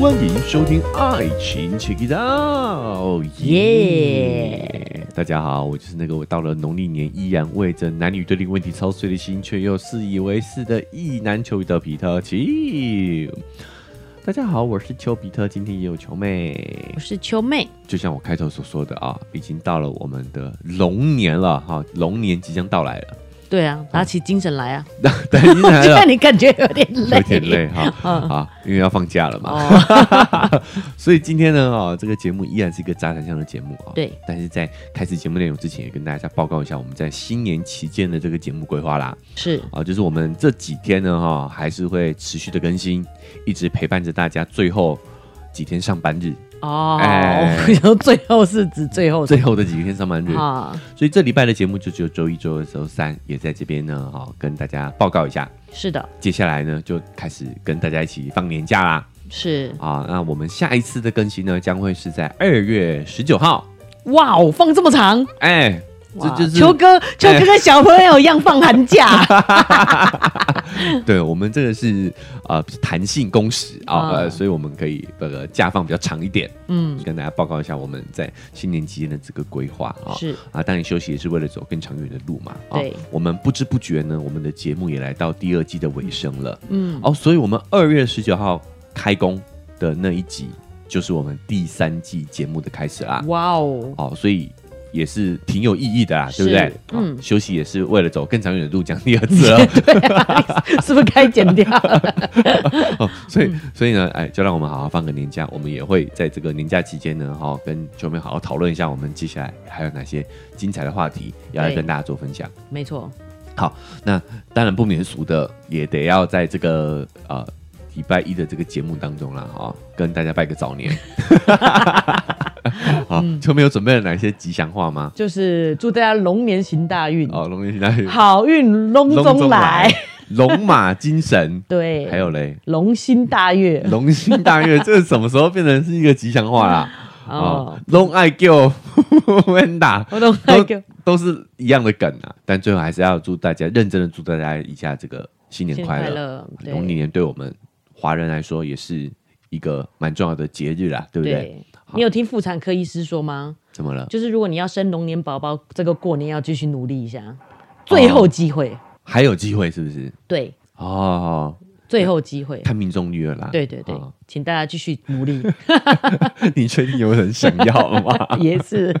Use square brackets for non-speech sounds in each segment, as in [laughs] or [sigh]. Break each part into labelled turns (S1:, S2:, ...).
S1: 欢迎收听《爱情 Check It Out》，耶！大家好，我就是那个我到了农历年依然为着男女对立问题操碎了心，却又自以为是的意难求的皮特奇。大家好，我是丘比特，今天也有球妹
S2: 我。是秋妹，
S1: 就像我开头所说的啊，已经到了我们的龙年了哈，龙年即将到来了， [laughs]
S2: 对啊，打起精神来啊！
S1: 对，已
S2: [laughs]
S1: 经来
S2: 就
S1: 了
S2: 看。你感觉有点累，
S1: 有点累哈
S2: 嗯
S1: 啊，因为要放假了嘛，
S2: 哦，
S1: 所以今天呢，哦，这个节目依然是一个杂谈向的节目啊、
S2: 对，
S1: 但是在开始节目内容之前，也跟大家报告一下我们在新年期间的这个节目规划啦。
S2: [laughs] 是
S1: 啊、就是我们这几天呢，哈、哦还是会持续的更新，一直陪伴着大家。最后几天上班日，
S2: 哦，
S1: 哎
S2: 然后最后是指最后
S1: 最后的几天上班日，
S2: 啊，
S1: 所以这礼拜的节目就只有周一、周二、周三，也在这边呢，哈、哦跟大家报告一下。
S2: 是的，
S1: 接下来呢，就开始跟大家一起放年假啦。
S2: 是
S1: 啊，那我们下一次的更新呢，将会是在二月十九号。
S2: 哇哦，放这么长，
S1: 哎，这
S2: 哇
S1: 就是
S2: 秋哥，秋
S1: 哎
S2: 哥跟小朋友一样放寒 [laughs] 假，
S1: 对我们这个是呃弹性工时啊，
S2: 啊
S1: 呃，所以我们可以呃假放比较长一点，
S2: 嗯，
S1: 跟大家报告一下我们在新年期间的这个规划啊。
S2: 是
S1: 啊，当然休息也是为了走更长远的路嘛。啊
S2: 对，
S1: 我们不知不觉呢，我们的节目也来到第二季的尾声了。
S2: 嗯，
S1: 哦，所以我们二月十九号开工的那一集，就是我们第三季节目的开始啦。
S2: 哇哦，
S1: 哦，所以也是挺有意义的啦，对不
S2: 是
S1: 对？嗯、
S2: 嗯
S1: 休息也是为了走更长远的路，讲第二次
S2: [laughs]
S1: 了。
S2: 是不是该剪掉？
S1: [laughs] 哦，所以、
S2: 嗯
S1: 所以呢，哎，就让我们好好放个年假。我们也会在这个年假期间呢，哈、跟球迷好好讨论一下，我们接下来还有哪些精彩的话题要来
S2: 对
S1: 跟大家做分享。
S2: [laughs] 没错，
S1: 那当然不免俗的，也得要在这个呃礼拜一的这个节目当中啦，哈、
S2: 嗯
S1: 跟大家拜个早年。好，
S2: 嗯
S1: 球迷有准备了哪些吉祥话吗？
S2: 就是祝大家龙年行大运，
S1: 哦，龙年行
S2: [laughs]
S1: 大运，
S2: 好运隆嗯中来，，，
S1: 龙马精神
S2: 对，
S1: 还有嘞，
S2: 龙心大悦，
S1: 龙心大悦，这是什么时候变成是一个吉祥话啦？
S2: 哦
S1: 啊，，龙爱救 [laughs] Wanda
S2: 我都
S1: 都
S2: 那个
S1: 都是一样的梗啊，但最后还是要祝大家认真的祝大家一下这个新年快乐。
S2: 乐，对
S1: 龙年对我们华人来说也是一个蛮重要的节日啊啦，对不对？好
S2: 你有听妇产科医师说吗？
S1: 怎么了？
S2: 就是如果你要生龙年宝宝，这个过年要继续努力一下，最
S1: 哦
S2: 后机会，
S1: 还有机会是不是？
S2: 对，
S1: 哦，
S2: 最后机会，
S1: 看命中率了啦。
S2: 对对对
S1: 哦， [laughs]
S2: 请大家继续努力，
S1: 你确定有人想要吗？ [laughs]
S2: 也是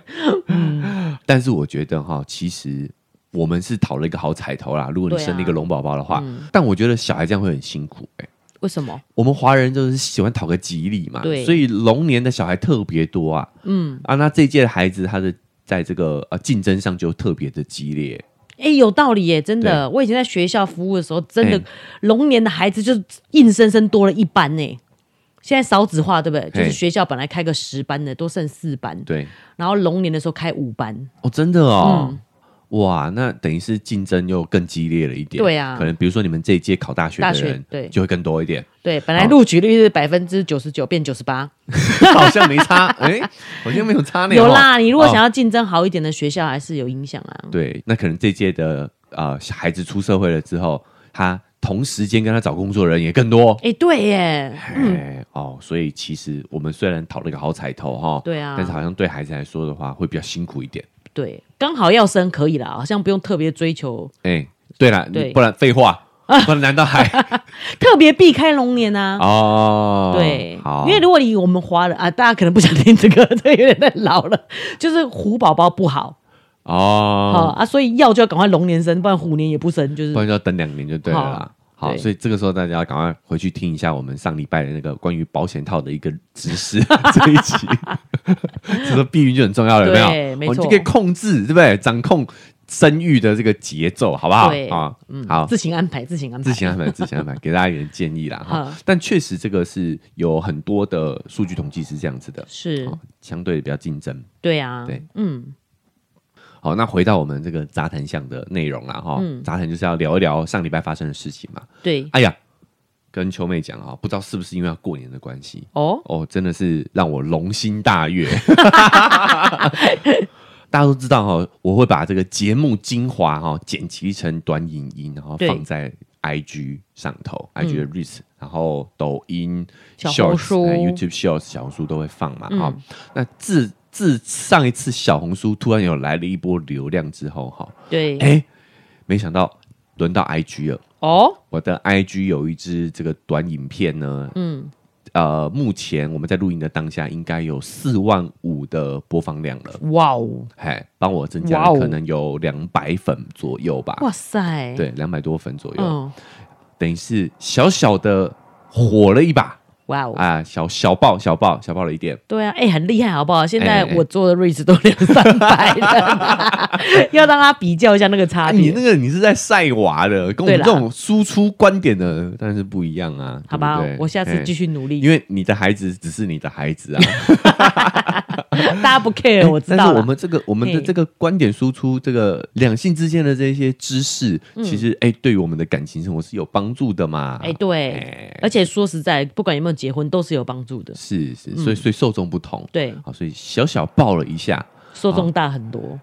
S1: 但是我觉得哈，其实我们是讨了一个好彩头啦。如果你
S2: 对啊
S1: 生了一个龙宝宝的话，
S2: 嗯
S1: 但我觉得小孩这样会很辛苦哎、
S2: 为什么？
S1: 我们华人就是喜欢讨个吉利嘛，
S2: 对
S1: 所以龙年的小孩特别多啊
S2: 嗯，
S1: 啊！那这一届的孩子他的在这个呃竞争上就特别的激烈，
S2: 哎，有道理耶，真的。我以前在学校服务的时候，真的
S1: 哎
S2: 龙年的孩子就硬生生多了一班呢。现在少子化，对不对？就是
S1: 哎
S2: 学校本来开个十班的，都剩四班，
S1: 对
S2: 然后龙年的时候开五班，
S1: 哦，真的哦。
S2: 嗯
S1: 哇，那等于是竞争又更激烈了一点。
S2: 对啊
S1: 可能比如说你们这一届考大学
S2: 大
S1: 的
S2: 学
S1: 人，
S2: 对
S1: 就会更多一点，
S2: 对，本来
S1: 好
S2: 录取率是百分之九十九，变九十八，
S1: 好像没
S2: [laughs]
S1: 差，哎、好像没有差那
S2: 有啦，你如果
S1: 哦
S2: 想要竞争好一点的学校，还是有影响啊。
S1: 对，那可能这届的啊、呃孩子出社会了之后，他同时间跟他找工作的人也更多。
S2: 哎、对耶，
S1: 哎、哦，所以其实我们虽然讨了一个好彩头哈，
S2: 对啊
S1: 但是好像对孩子来说的话，会比较辛苦一点。
S2: 对，刚好要生可以啦，好像不用特别追求，
S1: 哎、对啦，你
S2: 对啊
S1: 不然废
S2: [laughs]
S1: 话，不然难道还
S2: 特别避开龙年啊。
S1: 哦？
S2: 对，
S1: 好，
S2: 因为如果以我们华人啊，大家可能不想听这个， [laughs] 这个有点太老了。就是虎宝宝不好，好、
S1: 哦，
S2: 啊，所以要就要赶快龙年生，不然虎年也不生，就是
S1: 不然就要等两年就对了啦。好，
S2: 好对
S1: 所以这个时候大家要赶快回去听一下我们上礼拜的那个关于保险套的一个知识
S2: [laughs]
S1: 这一集， [laughs] 这个避孕就很重要了，有没有？
S2: 对没
S1: 哦你就
S2: 错
S1: 可以控制，对不对？掌控生育的这个节奏，好不好？
S2: 对嗯
S1: 啊，好，
S2: 自行安排，自行安排，
S1: 自行安排，自行安排，给大家一点建议啦哈
S2: [laughs] 好。
S1: 但确实这个是有很多的数据统计是这样子的，
S2: 是
S1: 哦，相对比较竞争。
S2: 对啊，
S1: 对
S2: 嗯，
S1: 好，那回到我们这个杂谈项的内容啦哈，
S2: 嗯
S1: 杂谈就是要聊一聊上礼拜发生的事情嘛。
S2: 对，
S1: 哎呀，跟秋妹讲啊，不知道是不是因为要过年的关系，
S2: 哦，
S1: 哦，真的是让我龙心大
S2: [laughs]
S1: 悦。大家都知道哈、哦，我会把这个节目精华哈、哦、剪辑成短影音，然后
S2: 对嗯
S1: 放在 IG 上头，IG 的 Reels，、然后抖音、
S2: 小红
S1: Shorts，
S2: 书嗯
S1: 哎 YouTube Shorts、小红书都会放嘛。哈、那自自上一次小红书突然有来了一波流量之后，哈，
S2: 对，
S1: 哎、没想到轮到 IG 了。
S2: 哦，
S1: 我的 IG 有一支这个短影片呢，
S2: 嗯，
S1: 呃，目前我们在录音的当下，应该有四万五的播放量了，
S2: 哇哦，
S1: 嘿，帮我增加
S2: 哇
S1: 了
S2: 哦
S1: 可能有两百粉左右吧，
S2: 哇塞，，
S1: 对，两百多粉左右，
S2: 嗯，
S1: 等于是小小的火了一把
S2: 哇哦，
S1: 啊，小小爆小爆小爆了一点，
S2: 对啊，哎，很厉害，好不好？现
S1: 哎
S2: 在
S1: 哎
S2: 我做的 reach 都两三
S1: [laughs]
S2: 百了，要让他比较一下那个差
S1: 啊，你
S2: 别
S1: 那。个你是在晒娃的，跟我
S2: 对
S1: 们
S2: 啦
S1: 这种输出观点的当然是不一样啊，
S2: 好吧
S1: 对不对，
S2: 我下次
S1: 嘿
S2: 继续努力，
S1: 因为你的孩子只是你的孩子啊，
S2: 大家不 care，我哎知
S1: 哎但
S2: 道
S1: 是我
S2: 了。
S1: 们这个我们的
S2: 嘿
S1: 这个观点输出，这个两性之间的这些知识，其实哎、对于我们的感情生活是有帮助的嘛。
S2: 嗯哎，对，
S1: 哎
S2: 而且说实在，不管有没有结婚，都是有帮助的。
S1: 是是，所以所以受众不同。
S2: 嗯对，
S1: 好，所以小小爆了一下，
S2: 受
S1: 啊
S2: 众大很多。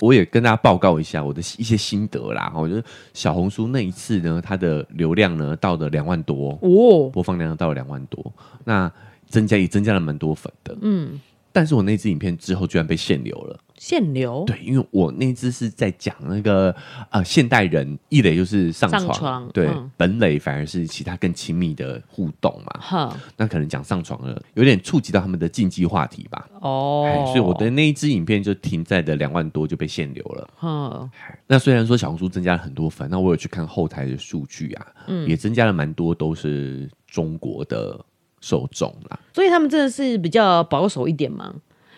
S1: 我也跟大家报告一下我的一些心得啦。哈，我觉得小红书那一次呢，它的流量呢到了两万多，
S2: 哦，
S1: 播放量到了两万多，那增加也增加了蛮多粉的。
S2: 嗯，
S1: 但是我那支影片之后居然被限流了。
S2: 限流，
S1: 对，因为我那只是在讲那个呃现代人，一垒就是上
S2: 上
S1: 床，
S2: 床
S1: 对，
S2: 嗯
S1: 本垒反而是其他更亲密的互动嘛。
S2: 哈，
S1: 那可能讲上床了，有点触及到他们的禁忌话题吧。哎
S2: 哦，
S1: 所以我的那一支影片就停在的两万多就被限流了。
S2: 哈，
S1: 那虽然说小红书增加了很多粉，那我有去看后台的数据啊，
S2: 嗯
S1: 也增加了蛮多都是中国的受众啦。
S2: 所以他们真的是比较保守一点嘛，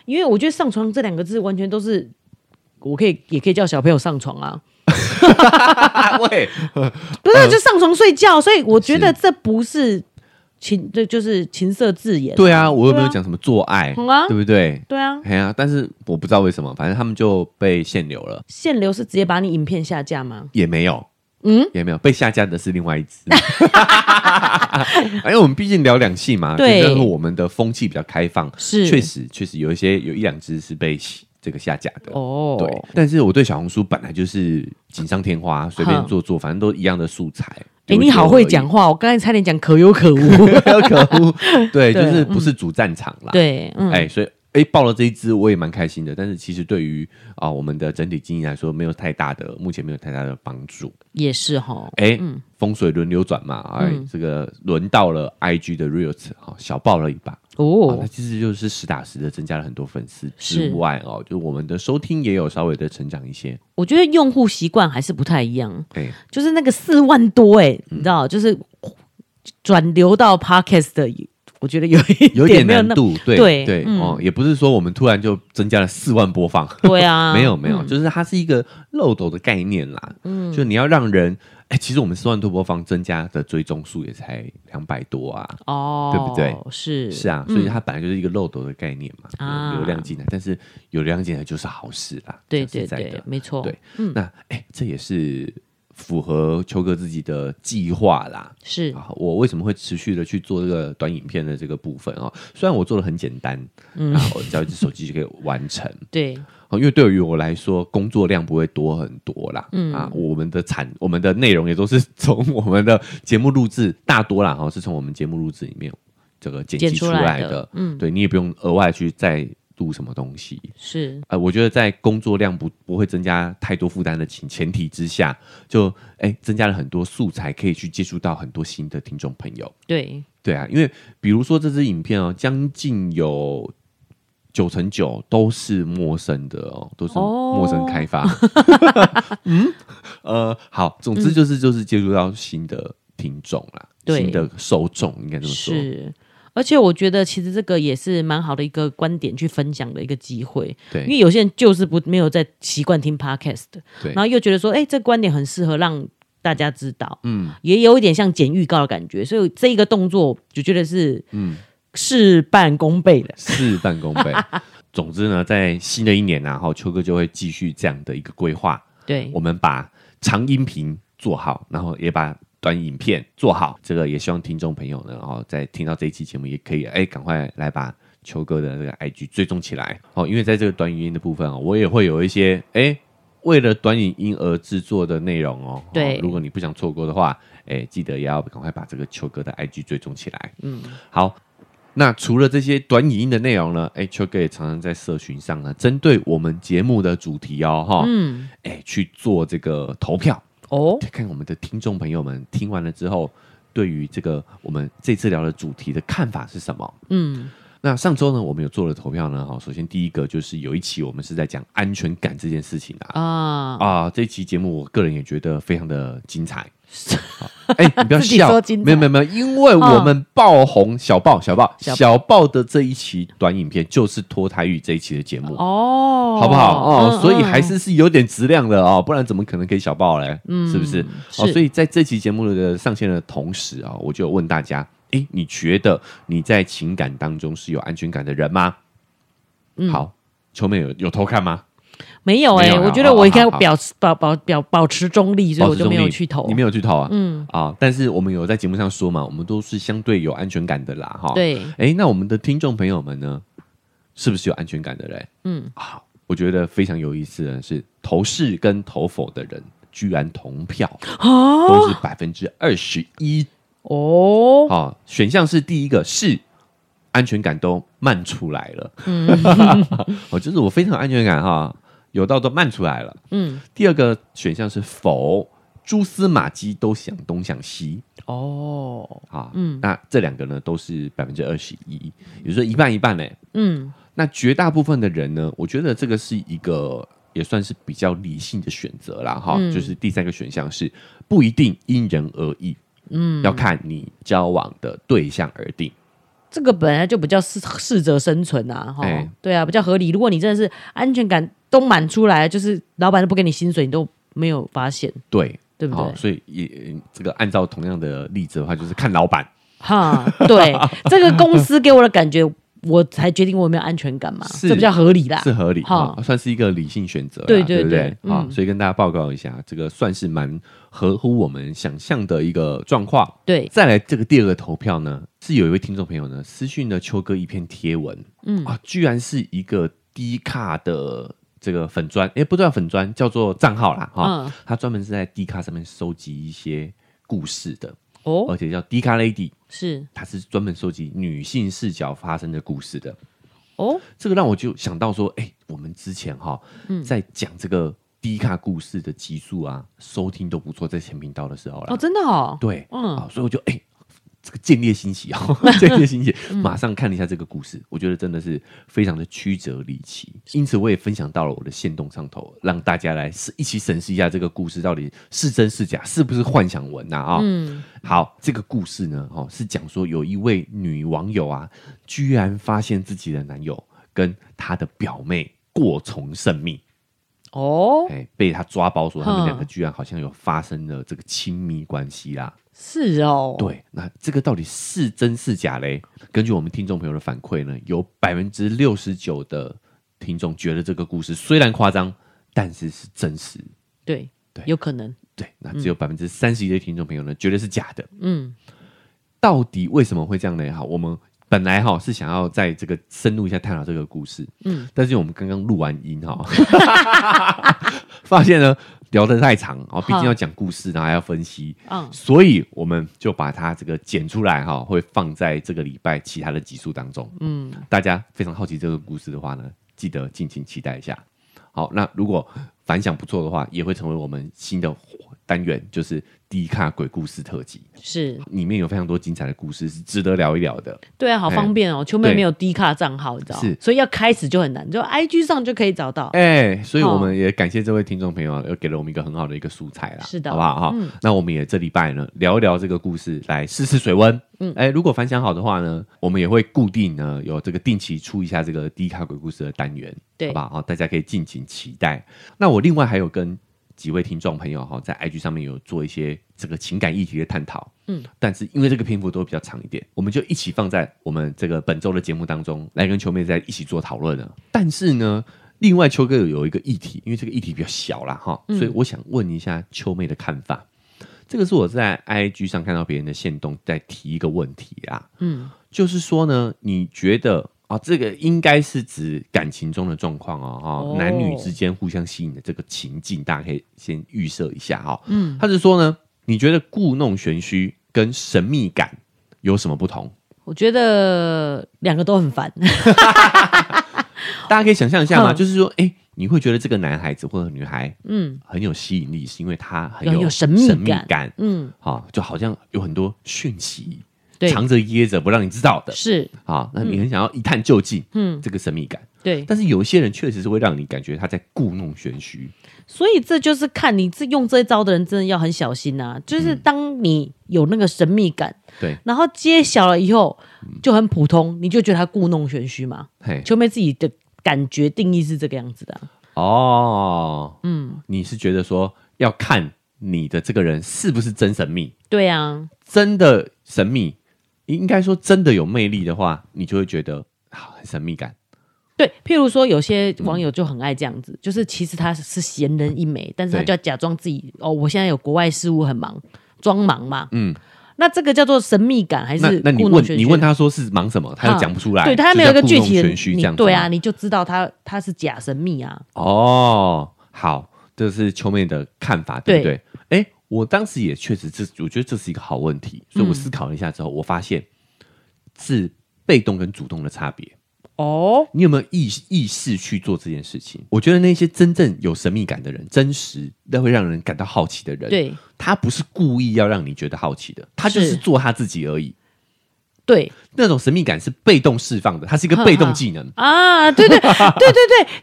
S2: 因为我觉得“上床”这两个字完全都是，我可以也可以叫小朋友上床啊，
S1: 啊 [laughs] 喂，
S2: 不
S1: 嗯
S2: 是啊就上床睡觉，所以我觉得这不是情，这就是情色字眼，
S1: 对啊，我有没有
S2: 对啊
S1: 讲什么做爱，
S2: 嗯啊
S1: 对不对？
S2: 对啊，
S1: 哎呀，但是我不知道为什么，反正他们就被限流了，
S2: 限流是直接把你影片下架吗？
S1: 也没有，
S2: 嗯，
S1: 也没有被下架的是另外一
S2: [laughs]
S1: 只。因为我们毕竟聊两性嘛，
S2: 对
S1: 就是我们的风气比较开放，
S2: 是
S1: 确实确实有一些有一两只是被这个下架的。
S2: 哦，
S1: 对，但是我对小红书本来就是锦上添花，随便
S2: 哼
S1: 做做，反正都一样的素材。
S2: 哎，
S1: 丢一
S2: 你好
S1: 丢而
S2: 会
S1: 已
S2: 讲话，我刚才差点讲可有可无，
S1: [laughs] 可恶，对，就
S2: 对嗯
S1: 是不是主战场啦。
S2: [laughs] 对，嗯，
S1: 哎、所以哎、报了这一支我也蛮开心的，但是其实对于啊、我们的整体经营来说，没有太大的，目前没有太大的帮助。
S2: 也是哈，
S1: 哎、风水轮流转嘛，哎、
S2: 嗯
S1: 这个轮到了 IG 的 Reels，好、小爆了一把，哦，那
S2: 哦，
S1: 其实就是实打实的增加了很多粉丝之外哦，就我们的收听也有稍微的成长一些，
S2: 我觉得用户习惯还是不太一样。
S1: 哎、
S2: 就是那个四万多哎、
S1: 嗯
S2: 你知道，就是转流到 podcast 的，我觉得有一
S1: 有点
S2: 点没有
S1: 难
S2: 那么
S1: 度，对
S2: 对
S1: 对、
S2: 嗯
S1: 哦，也不是说我们突然就增加了四万播放，
S2: 对啊，
S1: 没有没有，
S2: 嗯
S1: 就是它是一个漏斗的概念啦。嗯，就你要让人，哎、其实我们四万多播放增加的追踪数也才两百多啊。
S2: 哦，
S1: 对不对？
S2: 是嗯
S1: 是啊，所以它本来就是一个漏斗的概念嘛，
S2: 啊
S1: 有流量进来，但是有流量进来就是好事啦。
S2: 对
S1: 讲
S2: 对
S1: 实在
S2: 对嗯
S1: 的，，
S2: 没错，
S1: 对，那哎、这也是符合秋哥自己的计划啦。
S2: 是
S1: 啊，我为什么会持续的去做这个短影片的这个部分啊、哦？虽然我做的很简单，嗯，然后只要一只手机就可以完成，
S2: 对，
S1: 哦，因为对于我来说，工作量不会多很多啦。嗯啊，我们的产我们的内容也都是 [laughs] 从我们的节目录制大多啦，哈、是从我们节目录制里面这个剪辑
S2: 剪出
S1: 出
S2: 来
S1: 来
S2: 的
S1: 的。嗯，对你也不用额外去再录什么东西。
S2: 是
S1: 呃，我觉得在工作量不不会增加太多负担的前前提之下，就哎增加了很多素材可以去接触到很多新的听众朋友。
S2: 对，
S1: 对啊，因为比如说这支影片哦，将近有九成九都是陌生的哦，都是
S2: 哦
S1: 陌生开
S2: [laughs]
S1: 发。嗯，呃，好，总之就是、就是接触到新的听众啦，
S2: 对
S1: 新的受众应该这么说。
S2: 是。而且我觉得，其实这个也是蛮好的一个观点去分享的一个机会，因为
S1: 对，
S2: 有些人就是不没有在习惯听 podcast，的
S1: 对
S2: 然后又觉得说，哎、这观点很适合让大家知道，嗯，也有一点像剪预告的感觉，所以这一个动作就觉得是，嗯，事半功倍的，
S1: 事半功
S2: [laughs]
S1: 倍。总之呢，在新的一年啊，哈，秋哥就会继续这样的一个规划，
S2: 对
S1: 我们把长音频做好，然后也把短影片做好。这个也希望听众朋友呢，哦，在听到这一期节目也可以，哎，赶快来把球哥的这个 IG 追踪起来哦，因为在这个短语音的部分啊、哦，我也会有一些哎为了短影音而制作的内容哦。
S2: 对
S1: 哦如果你不想错过的话，哎，记得也要赶快把这个秋哥的 IG 追踪起来。嗯，好。那除了这些短影音的内容呢？哎，秋哥也常常在社群上呢，针对我们节目的主题哦，哈、
S2: 嗯，
S1: 哎，去做这个投票，
S2: 哦，
S1: 看看我们的听众朋友们听完了之后，对于这个我们这次聊的主题的看法是什么？
S2: 嗯，
S1: 那上周呢，我们有做了投票呢，哈，首先第一个就是有一期我们是在讲安全感这件事情啊，
S2: 啊，
S1: 啊，这期节目我个人也觉得非常的精彩。好哎、你不要
S2: [laughs] 自己
S1: 笑
S2: 说精，彩哦
S1: 没有没有没有，因为我们爆红小爆小爆小爆的这一期短影片就是脱胎于这一期的节目，
S2: 哦，
S1: 好不好？哦，
S2: 嗯
S1: 所以还
S2: 嗯
S1: 是是有点质量的哦，不然怎么可能可以小爆嘞？是不是？哦，
S2: 是
S1: 所以在这期节目的上线的同时啊、我就有问大家，诶，你觉得你在情感当中是有安全感的人吗？
S2: 嗯
S1: 好，秋妹有有偷看吗？
S2: 没有
S1: 没
S2: 哎、
S1: 有啊
S2: 我觉得我应该
S1: 好好好
S2: 表保保表保持中立，所以我就没有去投
S1: 你。没有去投啊？
S2: 嗯，
S1: 啊，但是我们有在节目上说嘛，我们都是相对有安全感的啦，哈。。
S2: 对，
S1: 哎，那我们的听众朋友们呢，是不是有安全感的嘞？
S2: 嗯
S1: 啊，我觉得非常有意思的是，投是跟投否的人居然同票，
S2: 哦
S1: 都是百分之二十一。
S2: 哦，
S1: 啊，选项是第一个是安全感都漫出来了，
S2: 嗯
S1: [laughs] 哦，就是我非常有安全感哈，有到都漫出来了。
S2: 嗯，
S1: 第二个选项是否蛛丝马迹都想东想西
S2: 哦，
S1: 啊，那这两个呢都是百分之二十一，也就是说一半一半嘞。
S2: 嗯，
S1: 那绝大部分的人呢，我觉得这个是一个也算是比较理性的选择啦，哈、
S2: 嗯
S1: 就是第三个选项是不一定因人而异，嗯，要看你交往的对象而定。
S2: 这个本来就比较适适者生存啊，哈、
S1: 哎
S2: 对啊，比较合理。如果你真的是安全感都满出来，就是老板都不给你薪水，你都没有发现，
S1: 对，
S2: 对不
S1: 好
S2: 对？
S1: 所以也这个按照同样的例子的话，就是看老板
S2: 哈，
S1: [laughs]
S2: 对，这个公司给我的感觉，我才决定我有没有安全感嘛，
S1: 是
S2: 这比较合理啦。
S1: 是合理哈
S2: 好、
S1: 算是一个理性选择啦，
S2: 对
S1: 对
S2: 对
S1: 不
S2: 对
S1: 对？啊、
S2: 嗯
S1: 所以跟大家报告一下，这个算是蛮合乎我们想象的一个状况。
S2: 对，
S1: 再来这个第二个投票呢，是有一位听众朋友呢私讯了秋哥一篇贴文，嗯啊，居然是一个低卡的这个粉砖，诶，不知道粉砖叫做账号啦哈，
S2: 嗯
S1: 他专门是在低卡上面收集一些故事的，
S2: 哦，
S1: 而且叫低卡 lady，
S2: 是，
S1: 他是专门收集女性视角发生的故事的。
S2: 哦，
S1: 这个让我就想到说，诶，我们之前哈、
S2: 嗯
S1: 在讲这个低卡故事的集数啊，收听都不错，在前频道的时候啦，
S2: 哦，真的哦，
S1: 对，
S2: 嗯
S1: 啊，所以我就哎、这个见猎心 [laughs] 喜哦，见猎心喜， [laughs] 马上看了一下这个故事，我觉得真的是非常的曲折离奇，因此我也分享到了我的线动上头，让大家来是一起审视一下这个故事到底是真是假，是不是幻想文呐啊、嗯，好，这个故事呢，哦，是讲说有一位女网友啊，居然发现自己的男友跟她的表妹过从甚密。
S2: 哦，
S1: 哎、被他抓包说他们
S2: 哼
S1: 两个居然好像有发生了这个亲密关系啦。
S2: 是哦，
S1: 对，那这个到底是真是假嘞？根据我们听众朋友的反馈呢，有百分之六十九的听众觉得这个故事虽然夸张，但是是真实。
S2: 对
S1: 对
S2: 有可能，
S1: 对，那只有百分之三十一的听众朋友呢，觉得是假的。
S2: 嗯，
S1: 到底为什么会这样呢？哈，我们本来哈是想要在这个深入一下探讨这个故事，嗯
S2: 嗯，
S1: 但是我们刚刚录完音哈， [laughs] 发现呢聊得太长哦，毕竟
S2: 好
S1: 要讲故事，然后还要分析，
S2: 嗯
S1: 所以我们就把它这个剪出来哈，会放在这个礼拜其他的集数当中。嗯，大家非常好奇这个故事的话呢，记得敬请期待一下。好，那如果反响不错的话，也会成为我们新的单元，就是低卡鬼故事特辑。
S2: 是
S1: 里面有非常多精彩的故事，是值得聊一聊的。
S2: 对啊，好
S1: 哎
S2: 方便哦。秋妹
S1: 对
S2: 没有低卡账号，你知道
S1: 是，
S2: 所以要开始就很难，就 IG 上就可以找到。
S1: 哎、所以
S2: 好
S1: 我们也感谢这位听众朋友啊，又给了我们一个很好的一个素材啦，
S2: 是的嗯
S1: 好不好哈、那我们也这礼拜呢聊一聊这个故事，来试试水温。嗯，哎、如果反响好的话呢，我们也会固定呢有这个定期出一下这个低卡鬼故事的单元，
S2: 对
S1: 好不好？好大家可以敬请期待。那我另外还有跟几位听众朋友哈，在 IG 上面有做一些这个情感议题的探讨，嗯，但是因为这个篇幅都比较长一点，我们就一起放在我们这个本周的节目当中来跟球妹在一起做讨论了。但是呢，另外秋哥有一个议题，因为这个议题比较小啦哈，
S2: 嗯
S1: 所以我想问一下秋妹的看法。这个是我在 IG 上看到别人的线动在提一个问题啊，嗯，就是说呢，你觉得啊，这个应该是指感情中的状况哦，哈、
S2: 哦
S1: 男女之间互相吸引的这个情境，大家可以先预设一下哈、哦。
S2: 嗯，
S1: 他是说呢，你觉得故弄玄虚跟神秘感有什么不同？
S2: 我觉得两个都很烦。
S1: 大家可以想象一下嘛，
S2: 嗯
S1: 就是说，哎、你会觉得这个男孩子或者女孩
S2: 嗯
S1: 很有吸引力，是因为他很
S2: 有
S1: 有
S2: 有神秘
S1: 神秘
S2: 感
S1: 感，
S2: 嗯，
S1: 好、就好像有很多讯息
S2: 对，
S1: 藏着掖着不让你知道的，
S2: [laughs] 是，
S1: 好、那你很想要一探究竟，
S2: 嗯，
S1: 这个神秘感。
S2: 对，
S1: 但是有一些人确实是会让你感觉他在故弄玄虚，
S2: 所以这就是看你这用这一招的人真的要很小心呐、就是当你有那个神秘感，
S1: 嗯对，
S2: 然后揭晓了以后就很普通，你就觉得他故弄玄虚嘛。
S1: 嘿，
S2: 秋妹自己的感觉定义是这个样子的啊、
S1: 哦，
S2: 嗯，
S1: 你是觉得说要看你的这个人是不是真神秘，
S2: 对啊，
S1: 真的神秘，应该说真的有魅力的话，你就会觉得啊很神秘感。
S2: 对，譬如说有些网友就很爱这样子，就是其实他是闲人一枚，但是他
S1: 对
S2: 就要假装自己哦，我现在有国外事务很忙，装忙嘛。
S1: 嗯，
S2: 那这个叫做神秘感还
S1: 那
S2: 是
S1: 那你
S2: 故弄
S1: 问
S2: 玄虚
S1: 你问他说是忙什么，他又
S2: 啊
S1: 讲不出来，
S2: 对，他
S1: 就
S2: 没有一
S1: 叫
S2: 个
S1: 故
S2: 具
S1: 弄
S2: 体的
S1: 玄虚这
S2: 你
S1: 样子
S2: 对
S1: 吗
S2: 啊，你就知道他他是假神秘啊。
S1: 哦，好，这是秋妹的看法，对不
S2: 对
S1: 对？哎、我当时也确实这，我觉得这是一个好问题，所以我思考了一下之后，我发现是被动跟主动的差别。
S2: 哦，
S1: 你有没有意意识去做这件事情？我觉得那些真正有神秘感的人，真实那会让人感到好奇的人，，
S2: 对
S1: 他不是故意要让你觉得好奇的，他就是
S2: 是
S1: 做他自己而已。
S2: 对
S1: 那种神秘感是被动释放的，它是
S2: 嗯
S1: 一个被动技能。
S2: 啊，对
S1: [laughs]
S2: 对对对对
S1: 对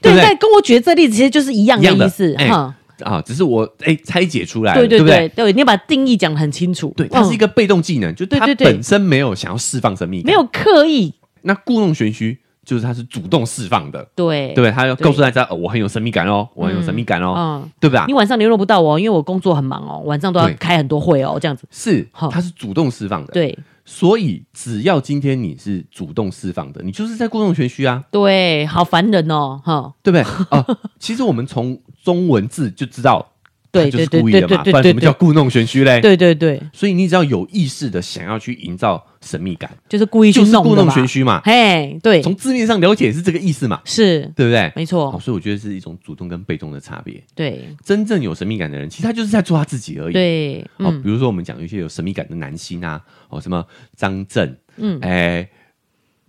S2: 对
S1: 不对
S2: 对，跟我举的这例子其实就是一样
S1: 一样的
S2: 嗯意思
S1: 哎
S2: 哈。
S1: 啊，只是我哎、拆解出来了，
S2: 对
S1: 对不
S2: 对对，你把定义讲得很清楚。
S1: 对，它是一
S2: 个
S1: 个被动技能，就
S2: 对
S1: 它
S2: 嗯对对
S1: 本身没有想要释放神秘感。
S2: 没有刻意
S1: 那故弄玄虚，就是它是主动释放的，
S2: 对
S1: 对不对？它要
S2: 对
S1: 告诉大家，哦我很有神秘感哦，我很有神秘感哦，
S2: 嗯，
S1: 对吧
S2: 你？晚上联络不到我，因为我工作很忙哦，晚上都要
S1: 对
S2: 开很多会哦，这样子。
S1: 是，
S2: 好
S1: 它是主动释放的。
S2: 对
S1: 所以只要今天你是主动释放的，你就是在故弄玄虚啊，
S2: 对，好烦人哦，哈。
S1: 对不对？
S2: [laughs]
S1: 啊，其实我们从中文字就知道，
S2: 对
S1: 它就
S2: 对
S1: 是
S2: 对
S1: 故意
S2: 对
S1: 的
S2: 对
S1: 嘛，不
S2: 对
S1: 然
S2: 对
S1: 什么叫故弄玄虚嘞？
S2: 对对对，
S1: 所以你只要有意识的想要去营造神秘感，
S2: 就是故意去
S1: 就是
S2: 弄
S1: 故
S2: 的
S1: 弄
S2: 嘛
S1: 玄。虚嘛。
S2: 嘿，对，
S1: 从字面上了解是这个意思嘛，
S2: 是
S1: 对不对？
S2: 没错
S1: 好，，所以我觉得是一种主动跟被动的差别。
S2: 对
S1: 真正有神秘感的人，其实他就是在做他自己而已。，
S2: 对，
S1: 哦
S2: 嗯，，
S1: 比如说我们讲有一些有神秘感的男星啊，哦，什么张震，嗯
S2: 嗯，
S1: 哎，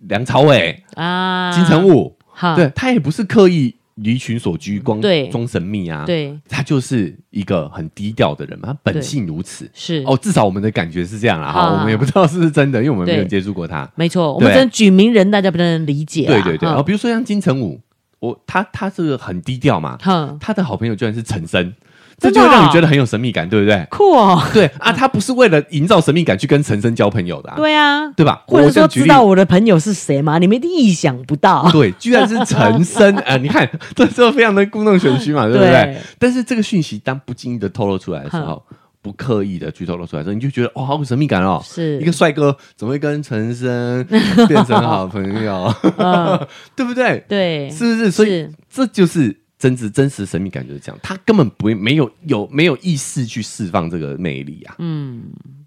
S1: 梁朝伟、
S2: 啊，
S1: 金城武，
S2: 哈，
S1: 对他也不是刻意离群所居，光
S2: 对
S1: 装神秘啊，，
S2: 对
S1: 他就是一个很低调的人嘛，他本性如此。
S2: 是
S1: 哦，至少我们的感觉是这样啦，哈，
S2: 啊
S1: 我们也不知道是不是真的，因为我们没有
S2: 对
S1: 接触过他。
S2: 没错，我们
S1: 对
S2: 真的举名人，大家不能理解啦。啊
S1: 对对对，哦，
S2: 哼
S1: 比如说像金城武，我他他是很低调嘛，
S2: 哼，
S1: 他的好朋友居然是陈升，这就
S2: 真的哦
S1: 会让你觉得很有神秘感，对不
S2: [laughs]
S1: 对？
S2: 酷哦，
S1: 对啊，他不是为了营造神秘感去跟陈升交朋友的、啊，
S2: 对啊，
S1: 对吧？
S2: 或者
S1: 我就
S2: 说
S1: 举
S2: 知
S1: 例哦
S2: 道我的朋友是谁吗？你们一定意想不到。
S1: 对，居然是陈升啊、你看，这时候非常的故弄玄虚嘛，对不对？
S2: 对
S1: 但是这个讯息当不经意的透露出来的时候，不刻意的去透露出来的时候，你就觉得哦，好有神秘感哦。
S2: 是
S1: 一个帅哥怎么会跟陈升变成好朋友，
S2: [laughs] 嗯，
S1: [laughs] 对不对？
S2: 对，
S1: 是不是？所以
S2: 是
S1: 这就是真实真实神秘感就是这样，他根本不会没有有没有意识去释放这个魅力啊。
S2: 嗯，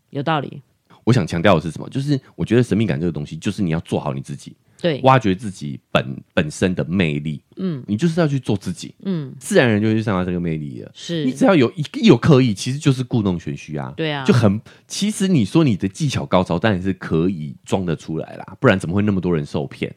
S2: 有道理。
S1: 我想强调的是什么？就是我觉得神秘感这个东西，就是你要做好你自己，
S2: 对，
S1: 挖掘自己本本身的魅力。嗯
S2: 嗯，
S1: 你就是要去做自己，
S2: 嗯，
S1: 自然而然就会去散发这个魅力了。你
S2: 是，
S1: 只要有一一有刻意，其实就是故弄玄虚啊。
S2: 对啊
S1: 就很其实你说你的技巧高超，当然是可以装得出来啦，不然怎么会那么多人受骗？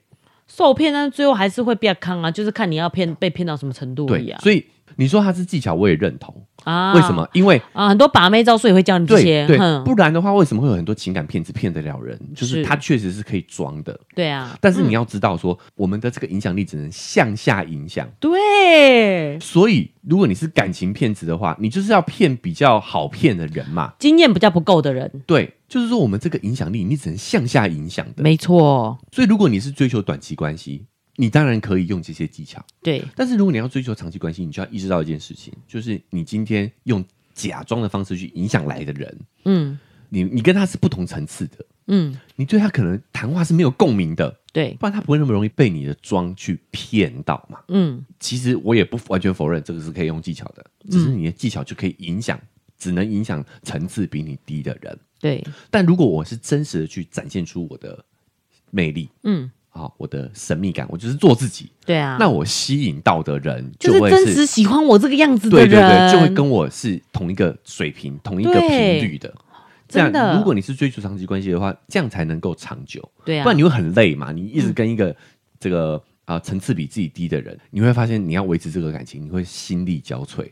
S2: 受骗，但是最后还是会被坑啊，就是看你要骗被骗到什么程度而已
S1: 对
S2: 啊，。
S1: 所以你说他是技巧，我也认同。
S2: 啊，
S1: 为什么？因为
S2: 啊？很多把妹招数也会教你这
S1: 对
S2: 些，
S1: 对，
S2: 哼
S1: 不然的话，为什么会有很多情感骗子骗得了人？就是
S2: 是
S1: 他确实是可以装的，
S2: 对啊，
S1: 但是你要知道说，我们的这个影响力只能向下影响。
S2: 对，
S1: 所以，如果你是感情骗子的话，你就是要骗比较好骗的人嘛。
S2: 经验比较不够的人，
S1: 对，就是说我们这个影响力，你只能向下影响的。
S2: 没错，
S1: 所以，如果你是追求短期关系，你当然可以用这些技巧。
S2: 对，
S1: 但是，如果你要追求长期关系，你就要意识到一件事情，就是你今天用假装的方式去影响来的人，
S2: 嗯
S1: 你你跟他是不同层次的。
S2: 嗯，
S1: 你对他可能谈话是没有共鸣的，
S2: 对，
S1: 不然他不会那么容易被你的装去骗到嘛。
S2: 嗯
S1: 其实我也不完全否认这个是可以用技巧的，只是你的技巧就可以影响，只能影响层次比你低的人。
S2: 对，
S1: 但如果我是真实的去展现出我的魅力，
S2: 嗯
S1: 好、我的神秘感，我就是做自己。
S2: 对啊，
S1: 那我吸引到的人
S2: 就是
S1: 会
S2: 真实喜欢我这个样子的
S1: 对
S2: 人，
S1: 对对，就会跟我是同一个水平、同一个频
S2: 对
S1: 率的。这样
S2: 真的，
S1: 如果你是追求长期关系的话，这样才能够长久，
S2: 对啊，嗯
S1: 不然你会很累嘛。你一直跟一个这个啊、呃层次比自己低的人，你会发现你要维持这个感情，你会心力交瘁。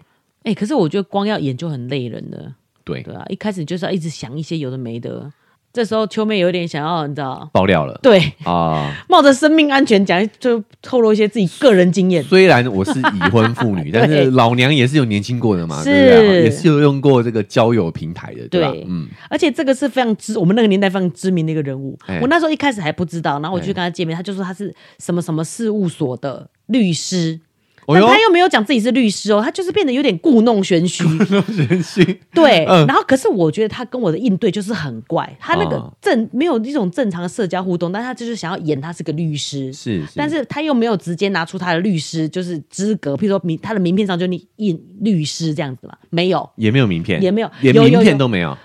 S2: 哎、可是我觉得光要演就很累人了，
S1: 对，
S2: 对啊，一开始就是要一直想一些有的没的，这时候秋妹有点想要，你知道，
S1: 爆料了
S2: 对， [laughs]
S1: 啊！
S2: 冒着生命安全讲，就透露一些自己个人经验，
S1: 虽然我是已婚妇女，但是老娘也是有年轻过的嘛，
S2: 是
S1: 对不对？也是有用过这个交友平台的，对吧
S2: 对？
S1: 嗯，
S2: 而且这个是非常知我们那个年代非常知名的一个人物。
S1: 哎
S2: 我那时候一开始还不知道，然后我就去跟他见面，他就说他是什么什么事务所的律师。
S1: 哦
S2: 但
S1: 哟，
S2: 他又没有讲自己是律师哦，他就是变得有点故弄玄虚， [laughs]
S1: 人心
S2: 对。
S1: 嗯
S2: 然后，可是我觉得他跟我的应对就是很怪，他那个
S1: 啊
S2: 正没有一种正常的社交互动，但他就是想要演他是个律师，
S1: 是，是
S2: 但是他又没有直接拿出他的律师就是资格，譬如说名他的名片上就你印律师这样子嘛，没有，
S1: 也没有名片，
S2: 也没有
S1: 连
S2: 有有
S1: 名片
S2: 有
S1: 都没有。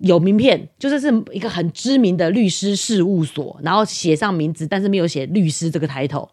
S2: 有名片，就是是一个很知名的律师事务所，然后写上名字，但是没有写律师这个 title，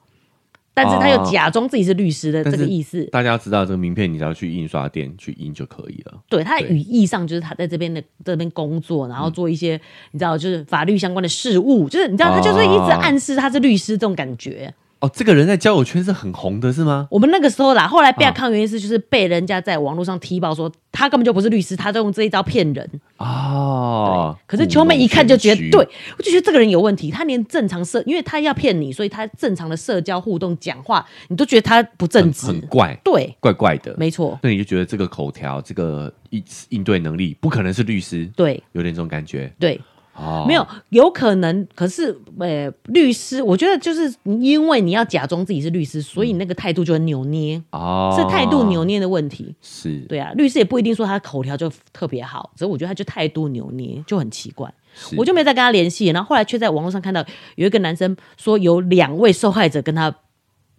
S2: 但是他又假装自己是律师的
S1: 哦但
S2: 这
S1: 是
S2: 个意思。
S1: 大家要知道这个名片，你只要去印刷店去印就可以了。
S2: 对，他的
S1: 对
S2: 语义上就是他在这边的这边工作，然后做一些、你知道就是法律相关的事务，就是你知道他就是一直
S1: 哦
S2: 暗示他是律师这种感觉。啊
S1: 哦，这个人在交友圈是很红的，是吗？
S2: 我们那个时候啦，后来被
S1: 啊
S2: 抗原因是就是被人家在网络上踢爆说他根本就不是律师，他都用这一招骗人。
S1: 哦，
S2: 可是秋妹一看就觉
S1: 故
S2: 得，
S1: 弄玄虚
S2: 对，我就觉得这个人有问题。他连正常社，因为他要骗你，所以他正常的社交互动、讲话，你都觉得他不正
S1: 很
S2: 直。
S1: 很怪，
S2: 对，
S1: 怪怪的。
S2: 没错，
S1: 那你就觉得这个口条、这个应应对能力，不可能是律师，
S2: 对
S1: 有点这种感觉
S2: 对，
S1: 哦。
S2: 没有，有可能。可是，呃，律师，我觉得就是因为你要假装自己是律师，所以你那个态度就很扭捏，
S1: 嗯哦，
S2: 是态度扭捏的问题。
S1: 是，
S2: 对啊，律师也不一定说他口条就特别好，只是我觉得他就态度扭捏，就很奇怪。
S1: 是
S2: 我就没再跟他联系。然后后来却在网络上看到有一个男生说有两位受害者跟他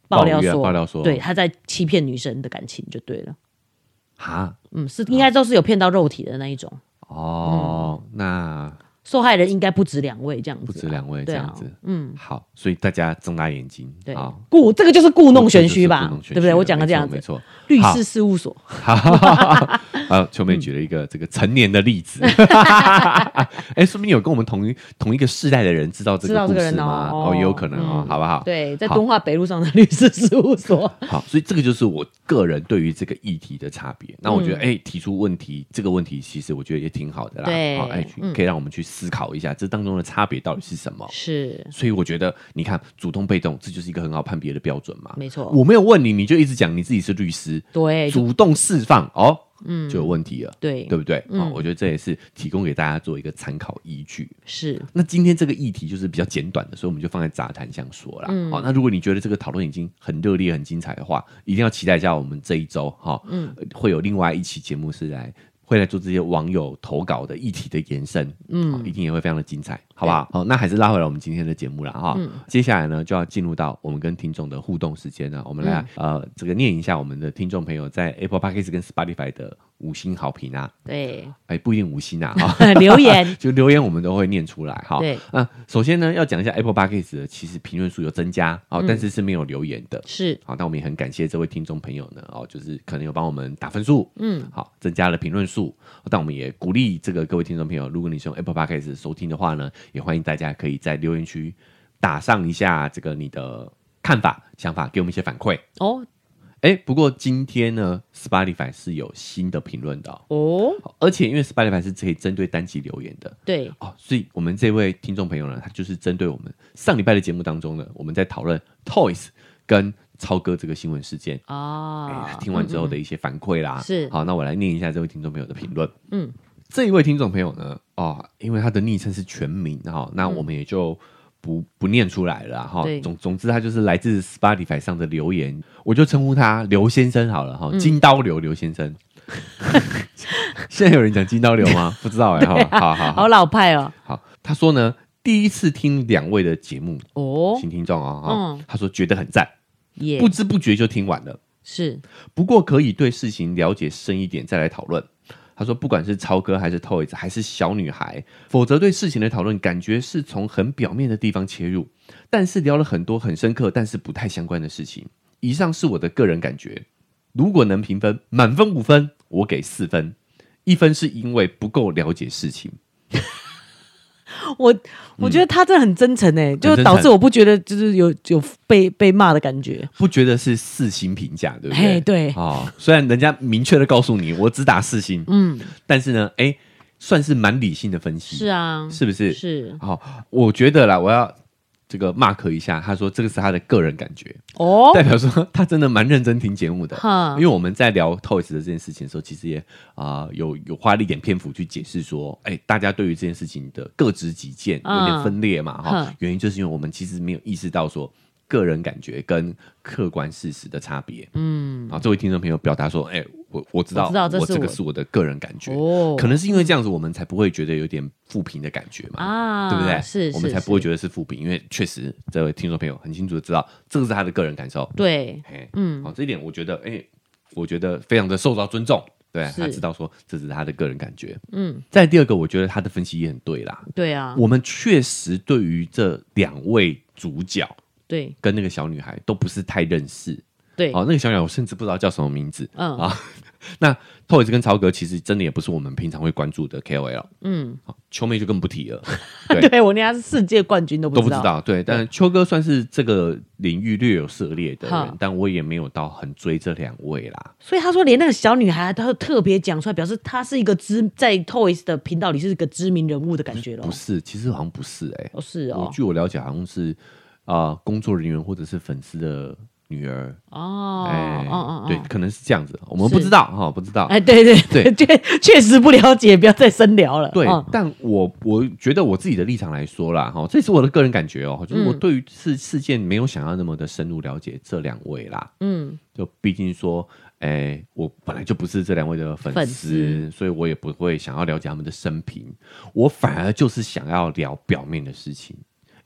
S2: 爆料
S1: 抱
S2: 说，
S1: 怨爆料说
S2: 对，他在欺骗女生的感情就对了。
S1: 哈
S2: 嗯，是应该都是有骗到肉体的那一种，
S1: 哦，
S2: 嗯
S1: 那
S2: 受害人应该不止两位这样子，
S1: 不止两位这
S2: 对啊
S1: 样子，
S2: 嗯，
S1: 好，所以大家睁大眼睛，
S2: 对
S1: 好，，
S2: 故这个就是故弄玄
S1: 这
S2: 虚
S1: 就是
S2: 吧
S1: 故弄，玄
S2: 对不对？
S1: 了
S2: 我讲个
S1: 没
S2: 这样
S1: 错
S2: 子
S1: 没，错。
S2: 律
S1: 好
S2: 师事务所，
S1: 啊，秋妹举了一个这个成年的例子，
S2: 嗯
S1: [laughs] 哎，说明有跟我们同一同一个世代的人知道这
S2: 知
S1: 个
S2: 道
S1: 故
S2: 这个
S1: 事
S2: 人哦
S1: 吗？
S2: 哦
S1: 哦，也有可能哦，好不好？
S2: 对，在
S1: 好
S2: 敦化北路上的律师事务所，
S1: 好，所以这个就是我个人对于这个议题的差别。那我觉得，哎、提出问题这个问题，其实我觉得也挺好的啦。
S2: 对嗯
S1: 好哎、去可以让我们去思考一下这当中的差别到底是什么。
S2: 是
S1: 所以我觉得，你看主动被动，这就是一个很好判别的标准嘛。
S2: 没错，
S1: 我没有问你，你就一直讲你自己是律师，
S2: 对
S1: 主动释放哦，嗯，就有问题了，
S2: 对
S1: 对不对？好，我觉得这也是提供给大家做一个参考依据。
S2: 是，
S1: 那今天这个议题就是比较简短的，所以我们就放在杂谈上说啦。好、那如果你觉得这个讨论已经很热烈、很精彩的话，一定要期待一下我们这一周哈，嗯，会有另外一期节目是来会来做这些网友投稿的议题的延伸，嗯、一定也会非常的精彩，好不好？好、那还是拉回来我们今天的节目了哈、接下来呢，就要进入到我们跟听众的互动时间了。我们来、呃，这个念一下我们的听众朋友在 Apple Podcast 跟 Spotify 的五星好评啊，
S2: 对，
S1: 哎，不一定五星啊，哈、 [laughs]
S2: [laughs] 留言，
S1: 就留言我们都会念出来哈。
S2: 对，
S1: 那、啊首先呢，要讲一下 Apple Podcast 的，其实评论数有增加哦，但是是没有留言的。
S2: 是
S1: 好，那我们也很感谢这位听众朋友呢，哦，就是可能有帮我们打分数，嗯，好，增加了评论数。哦但我们也鼓励这个各位听众朋友，如果你是用 Apple Podcast 收听的话呢，也欢迎大家可以在留言区打上一下这个你的看法、想法，给我们一些反馈。
S2: 哦
S1: 哎，不过今天呢，Spotify 是有新的评论的哦、
S2: 哦，
S1: 而且因为 Spotify 是可以针对单集留言的，
S2: 对，
S1: 哦，所以我们这位听众朋友呢，他就是针对我们上礼拜的节目当中呢，我们在讨论 Toys 跟超哥这个新闻事件。哎
S2: 啊，
S1: [laughs] 听完之后的一些反馈啦，
S2: 是
S1: 好，那我来念一下这位听众朋友的评论。
S2: 嗯，
S1: 这一位听众朋友呢，哦，因为他的昵称是全名哈、那我们也就不不念出来了哈、
S2: 嗯对
S1: 总总之，他就是来自 Spotify 上的留言，我就称呼他刘先生好了哈、
S2: 嗯
S1: 金刀刘刘先生。 [laughs] 现在有人讲金刀刘吗？不知道哎、哈、
S2: 啊
S1: 好好好
S2: 好老派哦，
S1: 好，他说呢，第一次听两位的节目，
S2: 哦，
S1: 新听众哦，哈
S2: 嗯
S1: 他说觉得很赞，
S2: 也
S1: 不知不觉就听完了。
S2: 是
S1: 不过可以对事情了解深一点再来讨论。他说，不管是超哥还是 Toys 还是小女孩，否则对事情的讨论感觉是从很表面的地方切入，但是聊了很多很深刻但是不太相关的事情。以上是我的个人感觉，如果能评分，满分五分，我给四分，一分是因为不够了解事情。
S2: 我我觉得他真的很真诚哎、就
S1: 嗯真
S2: 导
S1: 诚
S2: 致我不觉得就是有有被被骂的感觉。
S1: 不觉得是四星评价，对不对？
S2: 嘿哎对
S1: 哦，虽然人家明确的告诉你，我只打四星，
S2: 嗯，
S1: 但是呢，哎，算是蛮理性的分析，
S2: 是啊，
S1: 是不是？
S2: 是
S1: 好、我觉得啦，我要这个 mark 一下，他说这个是他的个人感觉，
S2: 哦，
S1: 代表说他真的蛮认真听节目的。
S2: 哈
S1: 因为我们在聊 Toys 的这件事情的时候，其实也啊、有有花了一点篇幅去解释说，哎、大家对于这件事情的各执己见有点
S2: 嗯
S1: 分裂嘛，哈、
S2: 哼
S1: 原因就是因为我们其实没有意识到说个人感觉跟客观事实的差别。嗯，啊，这位听众朋友表达说，哎、我我知道，
S2: 我知道这是
S1: 这个
S2: 我
S1: 是我的个人感觉，
S2: 哦
S1: 可能是因为这样子，我们才不会觉得有点负评的感觉嘛。
S2: 啊，
S1: 对不对？
S2: 是，
S1: 我们
S2: 是
S1: 才不会
S2: 是
S1: 觉得是负评，因为确实这位听众朋友很清楚的知道，这个是他的个人感受。
S2: 对，
S1: 嘿，
S2: 嗯
S1: 好、这一点我觉得，哎、我觉得非常的受到尊重。对
S2: 是
S1: 他知道说这是他的个人感觉。
S2: 嗯，
S1: 再第二个，我觉得他的分析也很对啦。
S2: 对啊，
S1: 我们确实对于这两位主角
S2: 对
S1: 跟那个小女孩都不是太认识。
S2: 对，
S1: 哦，那个小女孩我甚至不知道叫什么名字。
S2: 嗯
S1: 啊透一次跟曹格其实真的也不是我们平常会关注的 KOL。
S2: 嗯，
S1: 好、秋妹就更不提了。对
S2: [laughs] 对我连他是世界冠军都
S1: 都
S2: 不
S1: 不
S2: 知
S1: 知
S2: 道，
S1: 道，对，但秋哥算是这个领域略有涉猎的人
S2: 好，
S1: 但我也没有到很追这两位啦。
S2: 所以他说连那个小女孩都特别讲出来，表示她是一个知在 Toys 的频道里是一个知名人物的感觉咯
S1: 不。是，其实好像不是哎、
S2: 哦，是
S1: 我
S2: 哦，
S1: 据我了解，好像是啊、呃工作人员或者是粉丝的女儿，
S2: 哦，
S1: 哎、
S2: 哦哦
S1: 对，
S2: 哦，
S1: 可能是这样子，我们
S2: 是
S1: 不知道哈，不知道。
S2: 哎，对对对，确确实不了解，不要再深聊了。
S1: 对，
S2: 嗯
S1: 但我我觉得我自己的立场来说啦，哈，这是我的个人感觉哦、就是我
S2: 嗯
S1: 对于事事件没有想要那么的深入了解这两位啦，
S2: 嗯，
S1: 就毕竟说，哎、我本来就不是这两位的粉
S2: 粉
S1: 丝，
S2: 丝
S1: 所以我也不会想要了解他们的生平，我反而就是想要聊表面的事情，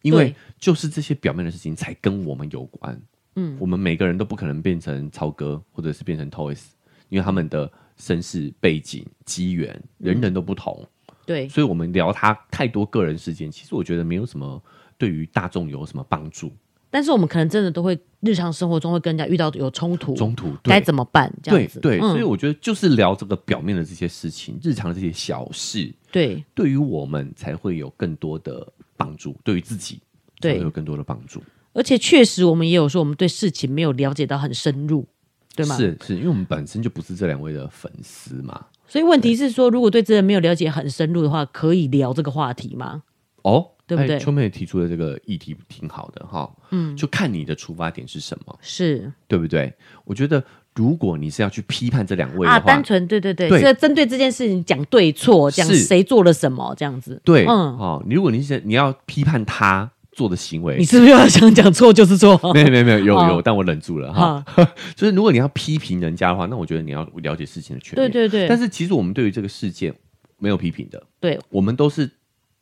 S1: 因为
S2: 对
S1: 就是这些表面的事情才跟我们有关。嗯，我们每个人都不可能变成超哥，或者是变成 Toys，因为他们的身世背景、机缘，人
S2: 嗯
S1: 人都不同。
S2: 对，
S1: 所以我们聊他太多个人事件，其实我觉得没有什么对于大众有什么帮助。
S2: 但是我们可能真的都会日常生活中会跟人家遇到有冲突，
S1: 中途对
S2: 该怎么办？这
S1: 对
S2: 样子，
S1: 对，
S2: 嗯
S1: 所以我觉得就是聊这个表面的这些事情，日常的这些小事，
S2: 对
S1: 对于我们才会有更多的帮助，对于自己才
S2: 对
S1: 会有更多的帮助。
S2: 而且确实我们也有说我们对事情没有了解到很深入，对吗？
S1: 是是，因为我们本身就不是这两位的粉丝嘛。
S2: 所以问题是说，如果对这人没有了解很深入的话，可以聊这个话题吗？
S1: 哦，
S2: 对不
S1: 哎
S2: 对
S1: 秋妹提出的这个议题挺好的哈，嗯，就看你的出发点是什么，
S2: 是
S1: 对不对？我觉得如果你是要去批判这两位
S2: 啊，
S1: 的话，
S2: 单纯对对对，
S1: 对
S2: 是针对这件事情讲对错，讲
S1: 是
S2: 谁做了什么这样子。
S1: 对，
S2: 嗯
S1: 哦，你如果你是你要批判他做的行为
S2: 你，是不是要想讲错就是错？
S1: [laughs] 没有没有没有有有，
S2: 哦
S1: 但我忍住了哈。
S2: 啊，
S1: 就是如果你要批评人家的话，那我觉得你要了解事情的全
S2: 对
S1: 面。
S2: 对对，
S1: 但是其实我们对于这个事件没有批评的，
S2: 对
S1: 我们都是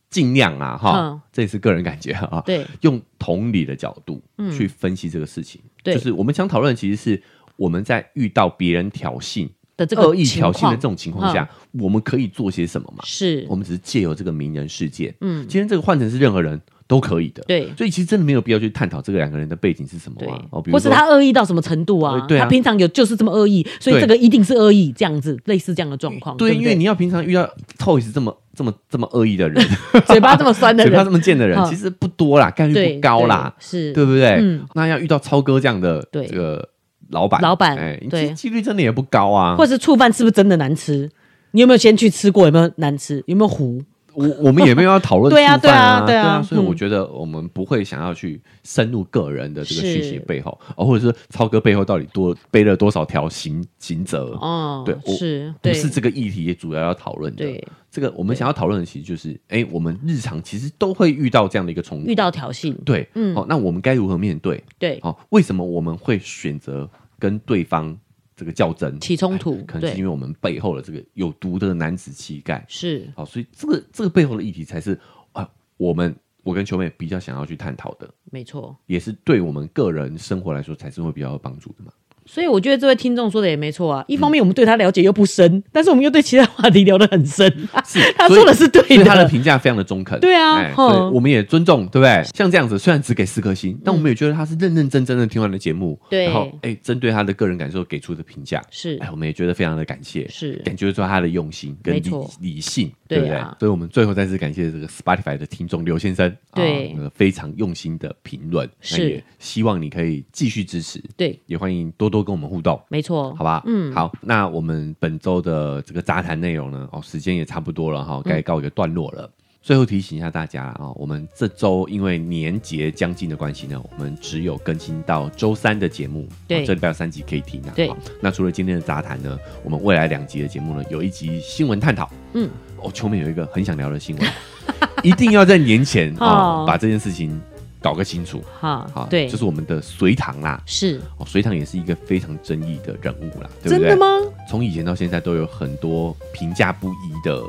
S1: 尽量啊哈，
S2: 嗯
S1: 这也是个人感觉啊，
S2: 对
S1: 用同理的角度去分析这个事情。
S2: 嗯对
S1: 就是我们想讨论，其实是我们在遇到别人挑衅、
S2: 的这
S1: 恶
S2: 个
S1: 意
S2: 情
S1: 挑衅的
S2: 况嗯
S1: 这种情况下，我们可以做些什么嘛？
S2: 是
S1: 我，们只是借由这个名人事件，
S2: 嗯，
S1: 今天这个换成是任何人都可以的。
S2: 对
S1: 所以其实真的没有必要去探讨这个两个人的背景是什么
S2: 对
S1: 啊，哦，比，如
S2: 或是
S1: 说
S2: 他恶意到什么程度啊
S1: 呃？对啊
S2: 他平常有就是这么恶意，所以
S1: 对
S2: 这个一定是恶意，这样子类似这样的状况，
S1: 对，
S2: 不
S1: 因为你要平常遇到 Toys 这么这么这么恶意
S2: [laughs]
S1: 的人，
S2: 嘴巴这么酸的
S1: 嘴巴这
S2: 人，
S1: 么贱的人，
S2: 嗯
S1: 其实不多啦，概率
S2: 对，
S1: 不高啦，
S2: 对，是，
S1: 对不啊对？
S2: 嗯
S1: 那要遇到超哥这样的
S2: 对
S1: 这个老板，哎
S2: 老板
S1: 其
S2: 对
S1: 实几率真的也不高啊。
S2: 或者是触犯是不是真的难吃？你有没有先去吃过？有没有难吃？有没有糊？
S1: 我我们也没有要讨论
S2: [laughs] 对啊
S1: 触犯
S2: 对啊对啊
S1: 所以我
S2: 嗯
S1: 觉得我们不会想要去深入个人的这个讯息
S2: 是
S1: 背后，哦，或者是超哥背后到底多背了多少条刑刑责，
S2: 哦，
S1: 对我
S2: 是，
S1: 不
S2: 对，
S1: 是这个议题主要要讨论的
S2: 对。
S1: 这个我们想要讨论的其实就是，哎、我们日常其实都会遇到这样的一个冲突
S2: 遇，到挑衅，
S1: 对，哦
S2: 嗯
S1: 好、那我们该如何面对？
S2: 对，
S1: 好、为什么我们会选择跟对方这个较真哎
S2: 起冲突，
S1: 可能是因
S2: 对，
S1: 为我们背后的这个有毒的男子气概，
S2: 是，
S1: 好、所以这个这个背后的议题才是啊、我们我跟球妹比较想要去探讨的，
S2: 没错，
S1: 也是对我们个人生活来说才是会比较有帮助的嘛。
S2: 所以我觉得这位听众说的也没错啊。一方面我们对他了解又不深，但是我们又对其他话题聊得很深。 [laughs]
S1: 是
S2: 啊他
S1: 所以
S2: 说的是对
S1: 所以
S2: 的，
S1: 他的评价非常的中肯。
S2: 对啊
S1: 哎
S2: 哼
S1: 所以我们也尊重，对不对？像这样子，虽然只给四颗星，但我们也觉得他是认认真真的听完了节目，
S2: 对
S1: 然后哎，针对他的个人感受给出的评价，
S2: 是
S1: 哎，我们也觉得非常的感谢，
S2: 是
S1: 感觉出他的用心跟
S2: 没
S1: 理
S2: 错
S1: 理性，
S2: 对
S1: 对不
S2: 啊
S1: 对？所以我们最后再次感谢这个 Spotify 的听众刘先生，
S2: 对
S1: 啊那个非常用心的评论，
S2: 是
S1: 那也希望你可以继续支持，
S2: 对，
S1: 也欢迎多多跟我们互动。
S2: 没错，
S1: 好吧，嗯，好，那我们本周的这个杂谈内容呢，哦，时间也差不多了
S2: 嗯
S1: 哈，该告一个段落了。最后提醒一下大家啊、哦，我们这周因为年节将近的关系呢，我们只有更新到周三的节目，
S2: 对
S1: 哦这礼拜有三集可以听啊。
S2: 对
S1: 好那除了今天的杂谈呢，我们未来两集的节目呢，有一集新闻探讨，
S2: 嗯，
S1: 哦，秋妹有一个很想聊的新闻， [laughs] 一定要在年前哦
S2: 哦
S1: 把这件事情搞个清楚。
S2: 哈
S1: 好，，
S2: 对，
S1: 就是我们的隋唐啦，
S2: 是
S1: 哦，隋唐也是一个非常争议的人物啦，对不对？
S2: 真的吗？
S1: 从以前到现在都有很多评价不一的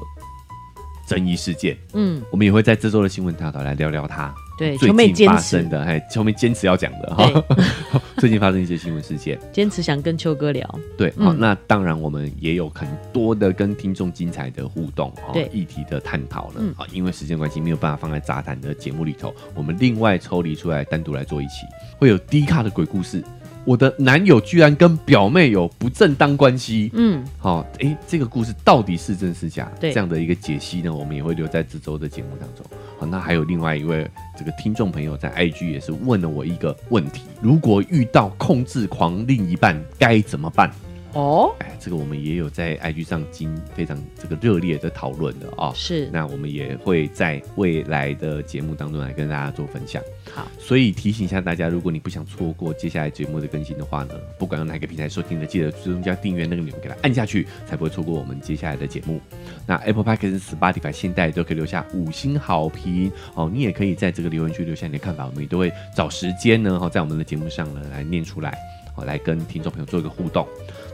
S1: 争议事件，
S2: 嗯，
S1: 我们也会在这周的新闻探讨来聊聊它。
S2: 对，
S1: 最
S2: 球妹
S1: 近
S2: 坚
S1: 发
S2: 持
S1: 生的，哎，球妹坚持要讲的哈。 [laughs] 最近发生一些新闻事件，
S2: 坚持想跟秋哥聊，
S1: 对，好、
S2: 嗯
S1: 那当然我们也有很多的跟听众精彩的互动哦
S2: 对，
S1: 议题的探讨了
S2: 嗯
S1: 啊、因为时间关系没有办法放在杂谈的节目里头，我们另外抽离出来单独来做一期，会有低卡的鬼故事。我的男友居然跟表妹有不正当关系，
S2: 嗯，
S1: 好、诶，这个故事到底是真是假？
S2: 对
S1: 这样的一个解析呢，我们也会留在这周的节目当中。好，那还有另外一位这个听众朋友在 IG 也是问了我一个问题：如果遇到控制狂另一半该怎么办？
S2: 哦，
S1: 哎，这个我们也有在 IG 上经非常这个热烈的讨论的啊、
S2: 是
S1: 那我们也会在未来的节目当中来跟大家做分享。
S2: 好，
S1: 所以提醒一下大家，如果你不想错过接下来节目的更新的话呢，不管用哪个平台收听的，记得最终加订阅那个钮给它按下去，才不会错过我们接下来的节目。那 Apple Podcast、Spotify 现在都可以留下五星好评哦，你也可以在这个留言区留下你的看法，我们也都会找时间呢，哦，在我们的节目上呢来念出来，好、来跟听众朋友做一个互动。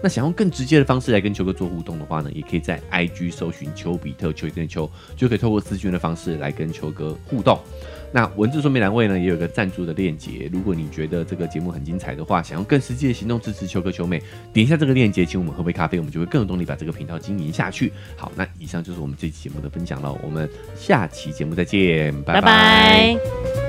S1: 那想用更直接的方式来跟球哥做互动的话呢，也可以在 IG 搜寻丘比特球一天的球，就可以透过咨询的方式来跟球哥互动。那文字说明栏位呢也有个赞助的链接，如果你觉得这个节目很精彩的话，想用更实际的行动支持球哥球妹，点一下这个链接，请我们喝杯咖啡，我们就会更有动力把这个频道经营下去。好，那以上就是我们这期节目的分享了，我们下期节目再见，拜
S2: 拜拜